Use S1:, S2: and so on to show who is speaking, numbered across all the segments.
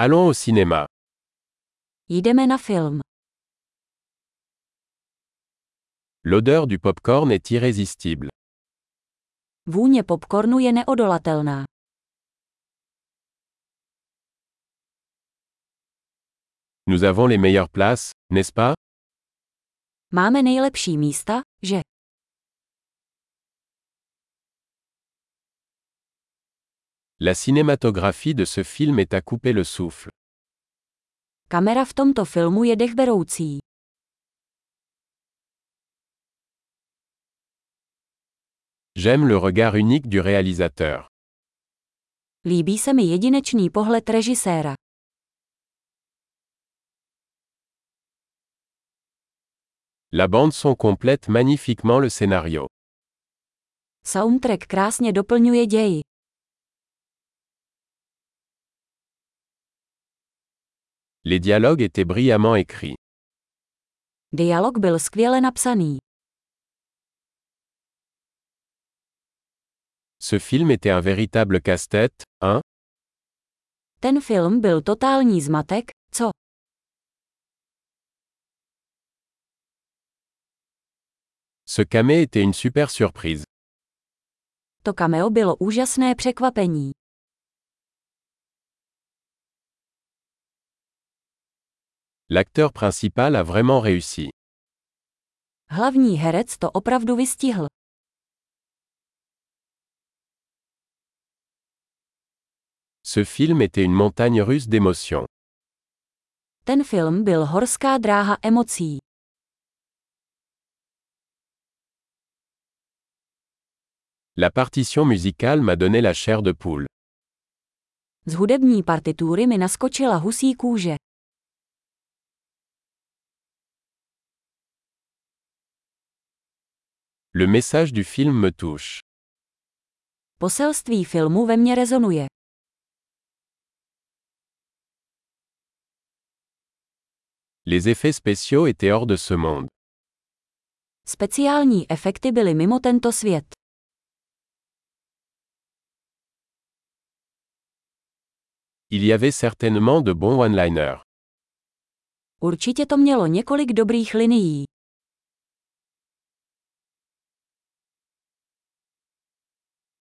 S1: Allons au cinéma.
S2: Jdeme na film.
S1: L'odeur du popcorn est irrésistible.
S2: Vůně popcornu je neodolatelná.
S1: Nous avons les meilleures places, n'est-ce pas
S2: Máme nejlepší místa, že?
S1: La cinématographie de ce film est à couper le souffle.
S2: Kamera v tomto filmu je dechberoucí.
S1: J'aime le regard unique du réalisateur.
S2: Líbí se mi jedinečný pohled režiséra.
S1: La bande son complète magnifiquement le scénario.
S2: Soundtrack krásně doplňuje ději.
S1: Les dialogues étaient brillamment écrits.
S2: Dialog byl skvěle napsaný.
S1: Ce film était un véritable casse-tête, hein
S2: Ten film byl totální zmatek, co?
S1: Ce camé était une super surprise.
S2: To cameo bylo úžasné překvapení.
S1: L'acteur principal a vraiment réussi.
S2: Hlavní herec to opravdu vystihl.
S1: Ce film était une montagne russe d'émotions.
S2: Ten film byl horská dráha emocí.
S1: La partition musicale m'a donné la chair de poule.
S2: Z hudební partitury mi naskočila husí kůže.
S1: Le message du film me touche.
S2: Poselství filmu ve mně rezonuje.
S1: Les effets spéciaux étaient hors de ce monde.
S2: Speciální efekty byly mimo tento svět.
S1: Il y avait certainement de bons one-liners.
S2: Určitě to mělo několik dobrých linií.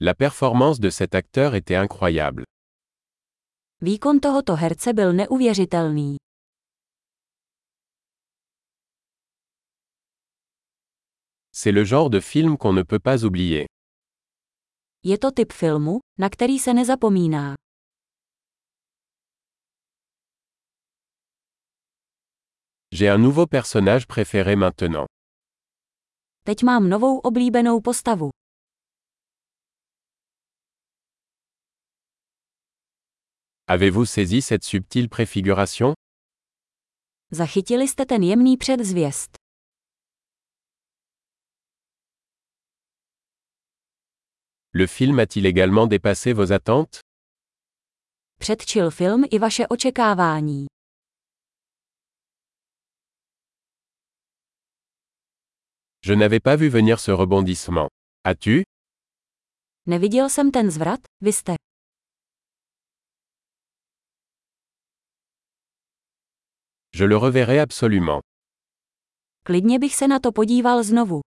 S1: La performance de cet acteur était incroyable.
S2: Výkon tohoto herce byl neuvěřitelný.
S1: C'est le genre de film qu'on ne peut pas oublier.
S2: Je to typ filmu, na který se nezapomíná.
S1: J'ai un nouveau personnage préféré maintenant.
S2: Teď mám novou oblíbenou postavu.
S1: Avez-vous saisi cette subtile préfiguration
S2: Zachytili jste ten jemný předzvěst.
S1: Le film a-t-il également dépassé vos attentes
S2: Předčil film i vaše očekávání.
S1: Je n'avais pas vu venir ce rebondissement. As-tu
S2: Neviděl jsem ten zvrat, vy jste.
S1: Je le reverrai absolument.
S2: Klidně bych se na to podíval znovu.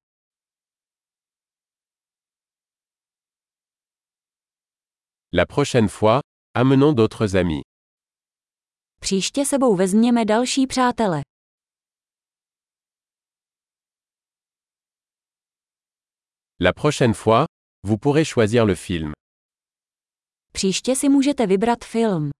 S1: La prochaine fois, amenons d'autres amis.
S2: Příště sebou vezměme další přátele.
S1: La prochaine fois, vous pourrez choisir le film.
S2: Příště si můžete vybrat film.